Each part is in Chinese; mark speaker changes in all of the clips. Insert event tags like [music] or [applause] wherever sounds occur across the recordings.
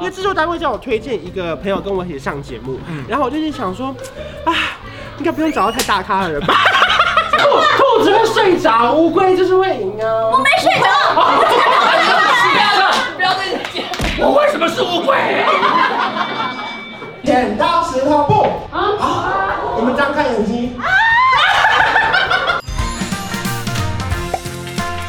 Speaker 1: 因为制作单位叫我推荐一个朋友跟我一起上节目，然后我就心想说，啊，应该不用找到太大咖的人 [laughs] 吧。兔兔子会睡着，乌龟就是会赢啊。我没睡
Speaker 2: 我为什么是乌龟？
Speaker 1: 剪刀石头布啊！你们张开眼睛。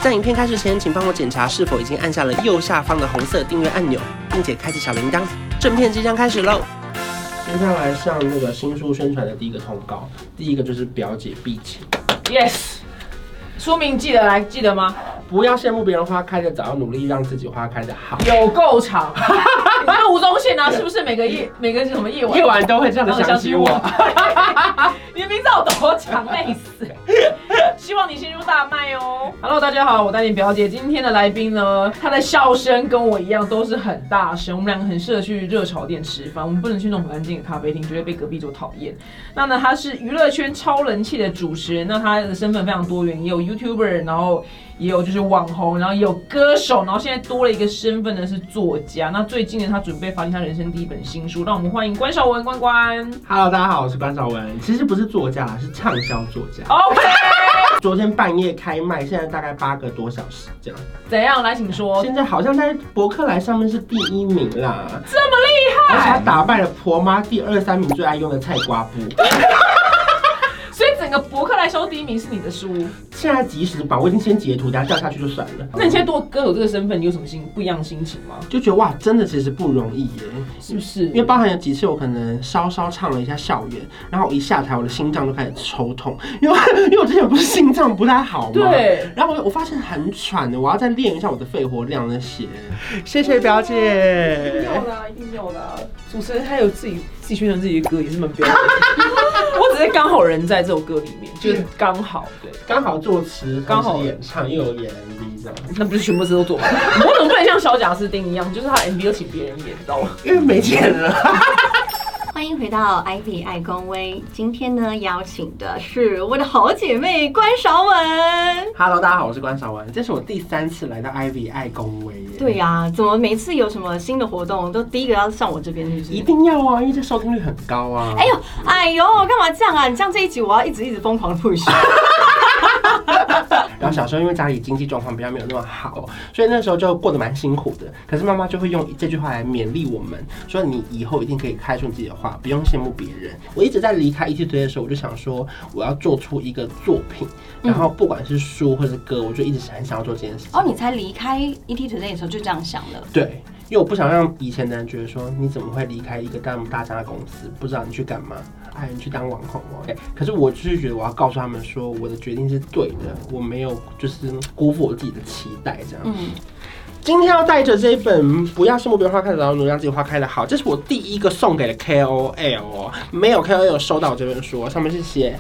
Speaker 1: 在影片开始前，请帮我检查是否已经按下了右下方的红色订阅按钮，并且开启小铃铛。正片即将开始喽！接下来上那个新书宣传的第一个通告，第一个就是表姐必请，
Speaker 2: Yes，书名记得来，记得吗？
Speaker 1: 不要羡慕别人花开的早，要努力让自己花开的好。
Speaker 2: 有够 [laughs] 长，你这个吴宗宪啊呢？是不是每个夜每个什么夜晚
Speaker 1: 夜晚都会这样
Speaker 2: 都
Speaker 1: 的
Speaker 2: 会
Speaker 1: 想起我。
Speaker 2: 你明知道我 [laughs] 多长，累死。希望你心如大卖哦。Hello，大家好，我丹妮表姐。今天的来宾呢，她的笑声跟我一样都是很大声。我们两个很适合去热炒店吃饭，我们不能去那种很安静的咖啡厅，就会被隔壁桌讨厌。那呢，她是娱乐圈超人气的主持人，那她的身份非常多元，也有 YouTuber，然后也有就是网红，然后也有歌手，然后现在多了一个身份呢是作家。那最近呢，她准备发行她人生第一本新书，让我们欢迎关少文关关。
Speaker 1: Hello，大家好，我是关少文，其实不是作家啦，是畅销作家。
Speaker 2: OK，
Speaker 1: 昨天半夜开卖，现在大概八个多小时这样。哦
Speaker 2: 怎样？来，请说。
Speaker 1: 现在好像在博客来上面是第一名啦，
Speaker 2: 这么厉
Speaker 1: 而且还
Speaker 2: 害，
Speaker 1: 打败了婆妈第二三名最爱用的菜瓜布。
Speaker 2: 所以整个博客来收第一名是你的书。
Speaker 1: 现在即时版，我已经先截图，等下掉下去就算了。
Speaker 2: 那你现在多歌手这个身份，你有什么心不一样的心情吗？
Speaker 1: 就觉得哇，真的其实不容易耶，
Speaker 2: 是不是？
Speaker 1: 因为包含有几次我可能稍稍唱了一下校园，然后我一下台我的心脏就开始抽痛，因为 [laughs] 因为我之前不是心脏不太好吗？
Speaker 2: 对，
Speaker 1: 然后我我发现很喘的，我要再练一下我的肺活量那些。谢谢表姐。
Speaker 2: 有的啊，一定有的啊。主持人他有自己自己宣传自己的歌，也是蛮标准的。 [laughs] 我只是刚好人在这首歌里面，就是刚好对。
Speaker 1: 刚好作词，
Speaker 2: 刚好
Speaker 1: 同时演唱，又有演 MV 这样，
Speaker 2: 那不是全部事都做完了？ [laughs] 我总不能像小贾斯汀一样，就是他 MV 都请别人演，到了。
Speaker 1: 因为没钱了。
Speaker 3: 欢迎回到 Ivy 爱公威，今天呢邀请的是我的好姐妹关韶文。
Speaker 1: Hello，大家好，我是关少文，这是我第三次来到 Ivy 爱公威耶。
Speaker 3: 对、呀、怎么每次有什么新的活动都第一个要上我这边，是不
Speaker 1: 一
Speaker 3: 是？
Speaker 1: 定要啊，因为这收听率很高啊。
Speaker 3: 哎呦，哎呦，干嘛这样啊？你这样这一集我要一直一直疯狂的 push。
Speaker 1: 然后小时候因为家里经济状况比较没有那么好，所以那时候就过得蛮辛苦的。可是妈妈就会用这句话来勉励我们，说你以后一定可以开出自己的花，不用羡慕别人。我一直在离开一 T 堆的时候，我就想说我要做出一个作品，然后不管是书或是歌，我就一直很想要做这件事情。
Speaker 3: 哦，你才离开 ET Today 的时候就这样想了。
Speaker 1: 对，因为我不想让以前的人觉得说你怎么会离开一个那么大家的公司，不知道你去干嘛，哎，你去当网红哦。哎可是我就是觉得我要告诉他们说，我的决定是对的，我没有就是辜负我自己的期待这样。
Speaker 3: 嗯，
Speaker 1: 今天要带着这一本《不要羡慕别人花开的早，努力让自己花开的好》，这是我第一个送给了 KOL 哦，没有 KOL 收到这本书哦，上面是写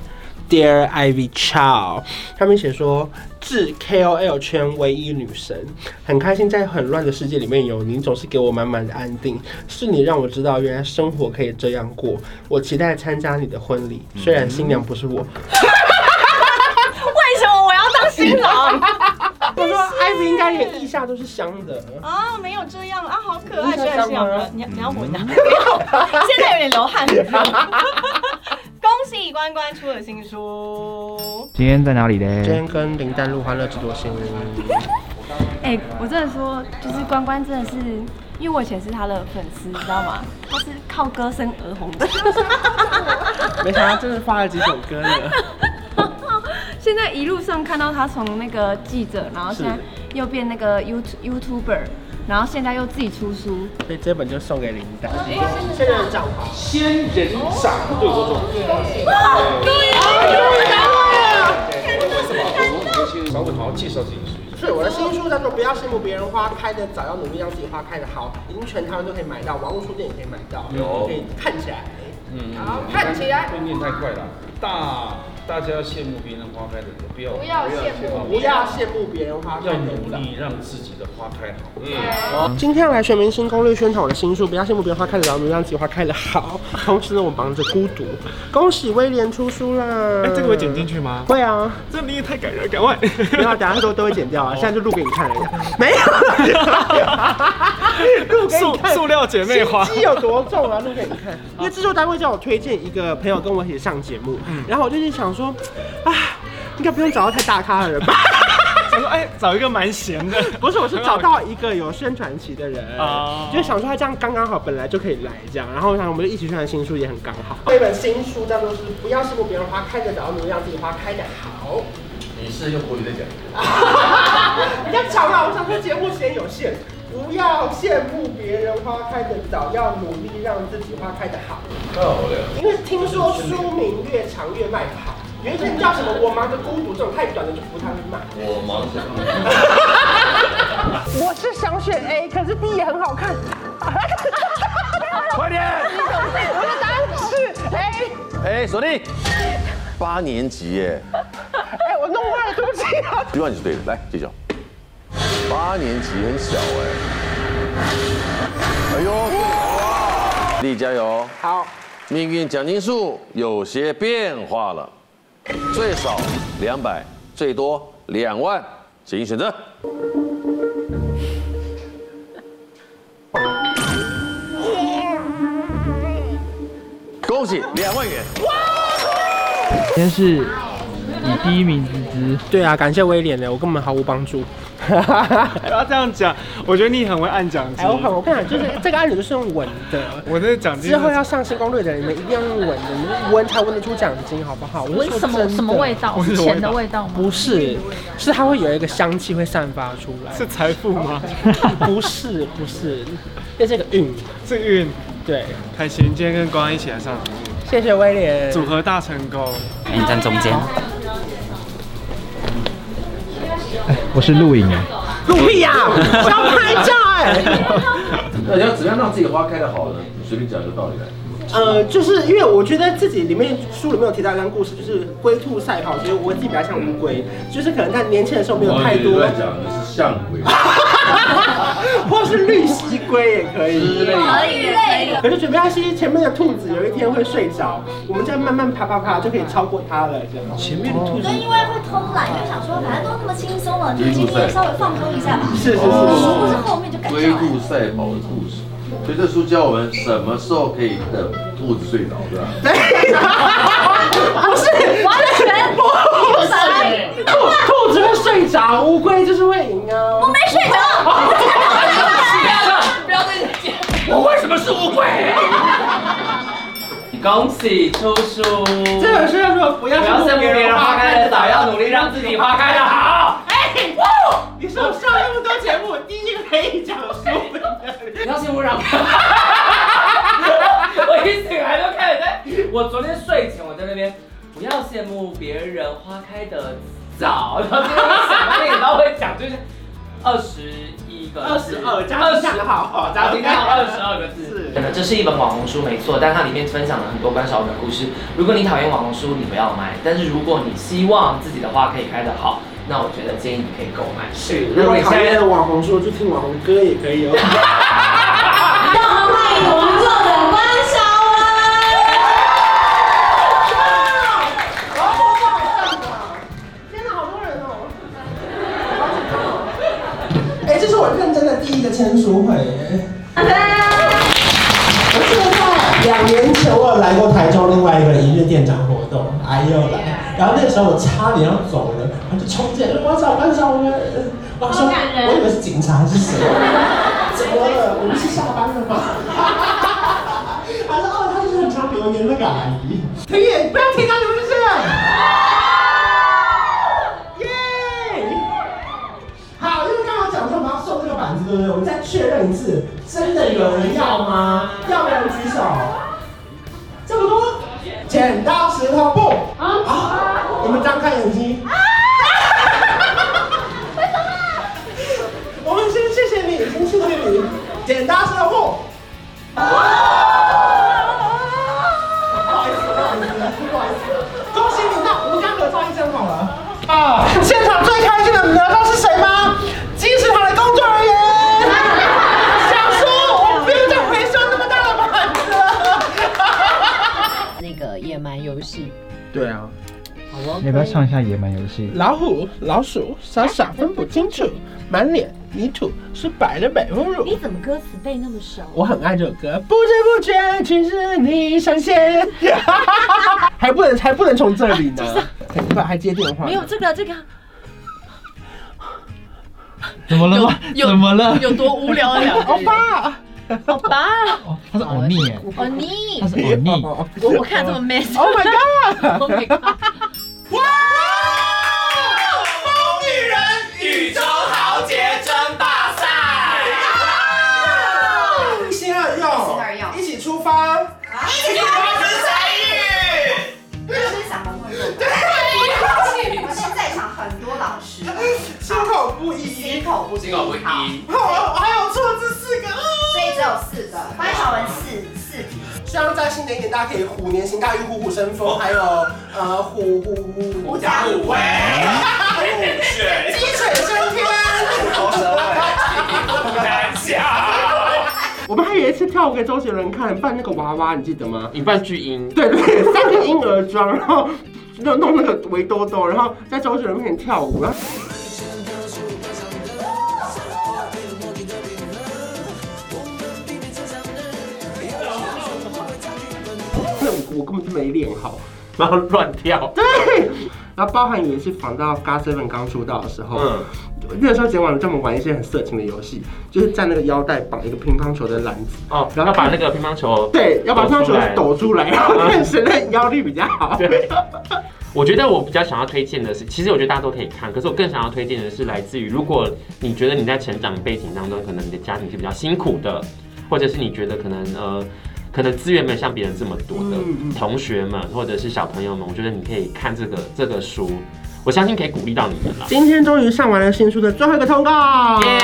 Speaker 1: Dear Ivy Chow，上面写说致 KOL 圈唯一女神，很开心在很乱的世界里面有你，总是给我满满的安定，是你让我知道原来生活可以这样过，我期待参加你的婚礼，虽然新娘不是我。
Speaker 3: 为什么我要当新郎？ [laughs]
Speaker 1: 我说 Ivy 应该连腋下都是香的。
Speaker 3: 啊，没有这样啊，好可
Speaker 1: 你
Speaker 3: 爱，
Speaker 1: 在
Speaker 3: 虽然
Speaker 1: 干
Speaker 3: 是
Speaker 1: 嘛
Speaker 3: 样的。你要你要我拿，不要， [laughs] 现在有点流汗。恭喜关关出了新书。
Speaker 4: 今天在哪里
Speaker 1: 今
Speaker 4: 嘞？
Speaker 1: 天跟林丹露欢乐制作新
Speaker 5: 哎、我真的说，就是关关真的是，因为我以前是他的粉丝，你知道吗？他是靠歌声而红的，
Speaker 1: 没想到真的发了几首歌呢。
Speaker 5: 现在一路上看到他从那个记者，然后现在又变那个 You YouTuber，然后现在又自己出书，
Speaker 1: [laughs] 所以这本就送给林丹。仙人掌吧，
Speaker 6: 小伟好好介绍自己是谁。
Speaker 1: 所以我的新书叫做《不要羡慕别人花开的早，要努力让自己花开的好》，已经全台湾都可以买到，网络书店也可以买到，
Speaker 6: 有
Speaker 1: 可以看起来。哎
Speaker 6: 嗯，
Speaker 1: 好，看起来。
Speaker 6: 会念太快了。大
Speaker 7: 大家要羡慕别人花开的时候，不要
Speaker 8: 不要羡慕
Speaker 1: 不要羡慕别人花开
Speaker 7: 要
Speaker 1: 的
Speaker 7: 努
Speaker 1: 早
Speaker 7: 力让自己的花开好。
Speaker 1: 今天来全明星攻略宣传我的新书，不要羡慕别人花开的早，努力让自己花开的好。
Speaker 9: [laughs]
Speaker 1: 同时呢，我忙着孤独。恭喜威廉出书啦！
Speaker 9: 哎，这个会剪进？去吗？
Speaker 1: 会啊，
Speaker 9: 这你也太感人了，赶快！哦
Speaker 1: 没有，
Speaker 9: [laughs]
Speaker 1: 等下都都会剪掉啊。现在就录给你看了呀，没有，录给你
Speaker 9: [laughs] 塑
Speaker 1: 看。
Speaker 9: 塑料姐妹花，哦
Speaker 1: 心机有多重啊？录给你
Speaker 9: [laughs]
Speaker 1: 看。因为制作单位叫我推荐一个朋友跟我一起上节目，
Speaker 9: 嗯
Speaker 1: 然后我就在想说，啊，应该不用找到太大咖的人
Speaker 9: [laughs]
Speaker 1: 吧。
Speaker 9: 想说哎，找一个蛮闲的，
Speaker 1: 不是，我是找到一个有宣传期的人
Speaker 9: 哦，
Speaker 1: 就是想说他这样刚刚好，本来就可以来这样，然后我想我们就一起宣传新书也很刚好。这本新书叫做是不要羡慕别人花开的早，努力让自己花开的好。 [laughs]
Speaker 7: 你是用国语在讲？
Speaker 1: 比较长啊，我想说节目时间有限，不要羡慕别人花开的早，要努力让自己花开的好。
Speaker 7: 太好了，
Speaker 1: 因为听说书名越长越卖得好，有一些叫什么“我忙着孤独”这种太短的就不太会卖。
Speaker 7: 我忙着。
Speaker 1: 我是想选 A，可是 B 也很好看。
Speaker 10: 快点！
Speaker 1: 我的答案是 A。
Speaker 10: 哎，锁定。八年级耶，
Speaker 1: [laughs] 哎，我弄坏了，对不起啊。
Speaker 10: 一万是对的，来揭晓。八年级很小哎。哎呦，哇！丽加油！
Speaker 1: 好，
Speaker 10: 命运奖金数有些变化了，最少两百，最多两万，请选择。恭喜两万元。
Speaker 2: 今天是以第一名之姿，
Speaker 1: 对啊，感谢威廉呢，我根本毫无帮助。
Speaker 9: 不要这样讲。我觉得你很会按奖金
Speaker 1: 哎，，我很，我跟你讲，就是这个案子就是用稳的。
Speaker 9: 我那奖金
Speaker 1: 之后要上新攻略的，你们一定要用稳的，你们闻才闻得出奖金，好不好？我
Speaker 11: 闻
Speaker 1: 是说
Speaker 11: 什么
Speaker 1: 真的
Speaker 11: 什么味？道？是钱的味道吗？
Speaker 1: 不是，是它会有一个香气会散发出来。
Speaker 9: 是财富吗？ [laughs]
Speaker 1: [laughs] 不是不是，这是个运。
Speaker 9: 是运，
Speaker 1: 对，
Speaker 9: 开心。今天跟光一起来上节目，
Speaker 1: 谢谢威廉。
Speaker 9: 组合大成功。
Speaker 2: 你站中间。我是录影哎，
Speaker 1: 努力 [laughs] 呀、啊，要拍照哎、
Speaker 10: 那你要怎么样让自己花开的好呢？随便讲一个道理来。
Speaker 1: 呃，就是因为我觉得自己里面书里面有提到一段故事，就是龟兔赛跑，觉得我自己比较像乌龟，就是可能在年轻的时候没有太多，
Speaker 10: 讲的是象
Speaker 1: [laughs]
Speaker 10: 鬼。
Speaker 1: 或是绿蜥龟也可以。
Speaker 3: 可以可以。
Speaker 1: 可是准备要吸前面的兔子，有一天会睡着，我们再慢慢爬爬爬就可以超过它了，这样。前面的兔
Speaker 12: 就因为会偷懒，就想说反正都那么轻松了，就今天稍微放空一下吧。
Speaker 1: 是是是
Speaker 12: 殊不知后面就赶上
Speaker 10: 龟
Speaker 12: 来
Speaker 10: 兔
Speaker 12: 了。
Speaker 10: 赛跑的故事，所以这书教我们什么时候可以等兔子睡着，对吧？
Speaker 1: 不是，完全不是。兔兔子会睡着，乌龟就是会赢啊。我没睡
Speaker 2: 恭喜出书，
Speaker 1: 这本书叫做《不要
Speaker 2: 不要羡慕别人花开的早，要努力让自己花开的好。
Speaker 1: 你是我上那么多节目第一个可以讲书名的人。
Speaker 2: 不要羡慕让。 [laughs] 我一醒来就开始在，我昨天睡前我在那边，不要羡慕别人花开的早，然后今天想到你知道会讲就是二十一个
Speaker 1: 二
Speaker 2: 字
Speaker 1: 十二加
Speaker 2: 二
Speaker 1: 二
Speaker 2: 十
Speaker 1: 十好，
Speaker 2: 然后今天有二十
Speaker 1: 二。
Speaker 2: 二个字
Speaker 1: 是，
Speaker 2: 真的，这是一本网红书没错，但它里面分享了很多关小文的故事。如果你讨厌网红书，你不要买；但是如果你希望自己的花可以开得好，那我觉得建议你可以购买。
Speaker 1: 是，如果讨厌网红书，去听网红歌也可以哦。
Speaker 12: 让我们欢迎我们作者关晓
Speaker 1: 天哪，好多人哦！哎，这是我认真的第一个签书会耶。我记得在两年前，我有来过台中另外一个一日店长活动，哎又来，然后那时候我差点要走了，然后就冲进来，关少关少我呃我说我以为是警察是谁，怎么了？我们是下班了吗？ [laughs] 他说哦，他就是很常留言那个阿姨。婷野，不要听他是不是？耶！好，因为刚刚讲说我们要送这个板子，对不对？我们再确认一次，真的有人要吗？要的人举手。这么多？剪刀石头布啊！好，你们张开眼睛。 [laughs] 我们先谢谢你，先谢谢你。剪刀石头布。不好意思，不好意思，不好意思。恭喜你到，我们刚刚对啊，
Speaker 13: 你要不要唱一下《野蛮游戏》？
Speaker 1: 老虎、老鼠，傻傻分不清楚，满脸泥土是白的美肤乳。
Speaker 14: 你怎么歌词背那么熟？
Speaker 1: 我很爱这首歌，不知不觉其实你上
Speaker 14: [laughs]
Speaker 1: 线， [laughs] 还不能还不能从这里呢，才不还接电话，
Speaker 11: 没有这个这个，
Speaker 13: 怎么了吗？怎么了？
Speaker 11: 有多无聊的
Speaker 1: 哦
Speaker 11: 两个人？
Speaker 1: 爸，
Speaker 11: 欧巴，
Speaker 13: 他是欧尼耶，
Speaker 11: 欧尼，
Speaker 13: 他是欧
Speaker 11: 哦
Speaker 13: 尼。
Speaker 11: 我我看这么 mess。
Speaker 1: Oh my
Speaker 11: god！Oh my god！
Speaker 15: 疯女人宇宙豪杰争霸赛，
Speaker 1: 一心二用，
Speaker 14: 一心二用
Speaker 1: 一起出发，
Speaker 15: 一起是谁与？
Speaker 14: 就是想很会用。对，我们现在在场很多老师，
Speaker 1: 心口不一，
Speaker 14: 心口不
Speaker 15: 心口不一
Speaker 14: 好
Speaker 1: 我还有错这四个，
Speaker 14: 所以只有四个，关晓雯四四题。
Speaker 1: 希望在新的一年大家可以虎年行大运，虎虎生风，还有呃虎虎虎
Speaker 14: 狐假虎
Speaker 15: 威，
Speaker 1: 鸡犬升天。
Speaker 15: 南下。
Speaker 1: 我们还有一次跳舞给周杰伦看，扮那个娃娃，你记得吗？
Speaker 9: 你扮巨婴，
Speaker 1: 对对，三个婴儿装，然后弄弄那个围兜兜，然后在周杰伦面前跳舞， [laughs] 然后。那舞我根本就没练 [laughs] 好，
Speaker 9: 然后乱跳。
Speaker 1: 对，然后包含有一次仿到 g a Seven 刚出道的时候，
Speaker 9: 嗯
Speaker 1: 那时候剪完了专门玩一些很色情的游戏，就是在那个腰带绑一个乒乓球的篮子，
Speaker 9: 哦，然后把那个乒乓球
Speaker 1: 对，要把乒乓球抖
Speaker 9: 抖
Speaker 1: 出来，然后看谁的腰力比较好。
Speaker 9: 对， [laughs] 我觉得我比较想要推荐的是，其实我觉得大家都可以看，可是我更想要推荐的是来自于，如果你觉得你在成长背景当中，可能你的家庭是比较辛苦的，或者是你觉得可能呃。可能资源没有像别人这么多的
Speaker 1: 嗯嗯
Speaker 9: 同学们，或者是小朋友们，我觉得你可以看这个这个书，我相信可以鼓励到你们啦。
Speaker 1: 今天终于上完了新书的最后一个通告，
Speaker 9: 耶！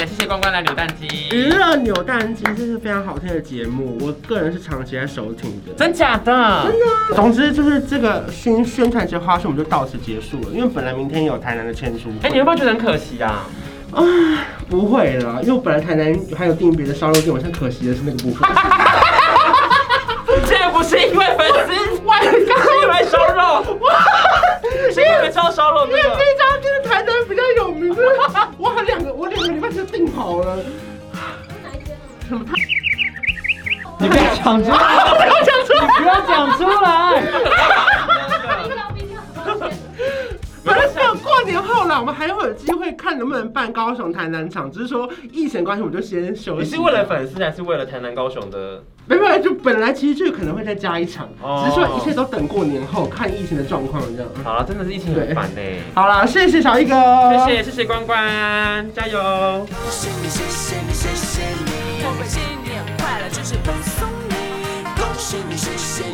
Speaker 9: 谢谢关关来扭蛋
Speaker 1: 娱
Speaker 9: 机，
Speaker 1: 乐扭蛋机，这是非常好听的节目，我个人是长期在收听的。啊
Speaker 9: 真假的？
Speaker 1: 总之就是这个宣宣传节花絮我们就到此结束了，因为本来明天有台南的签书会，
Speaker 9: 哎、你会不会觉得很可惜啊？
Speaker 1: 啊，不会了，因为我本来台南还有订别的烧肉店，我现在可惜的是那个部分。
Speaker 9: 这不是因为粉丝，哇，是因为烧肉，是因为烧烧肉
Speaker 1: 因为
Speaker 9: 这个。
Speaker 1: 这家店的台南比较有名，
Speaker 9: [laughs]
Speaker 1: 我还两个我两个礼拜就订好了。
Speaker 13: 你不要啊讲出来！
Speaker 1: 不要讲出来！
Speaker 13: 不要讲出
Speaker 9: [laughs]
Speaker 13: 来！
Speaker 1: 反正等过年后啦，我们还会有机会看能不能办高雄、台南场，只是说疫情关系，我们就先休
Speaker 9: 你
Speaker 1: 息。
Speaker 9: 是为了粉丝还是为了台南高雄的？
Speaker 1: 没有，就本来其实就可能会再加一场，
Speaker 9: 哦
Speaker 1: 只是说一切都等过年后看疫情的状况这样。
Speaker 9: 好了，真的是疫情很烦呢、
Speaker 1: 好啦，谢谢小一哥，
Speaker 9: 谢谢谢谢关关，加油！
Speaker 16: 谢你谢谢你谢谢你，我们新年快乐，真是恭送你，恭喜你谢谢你。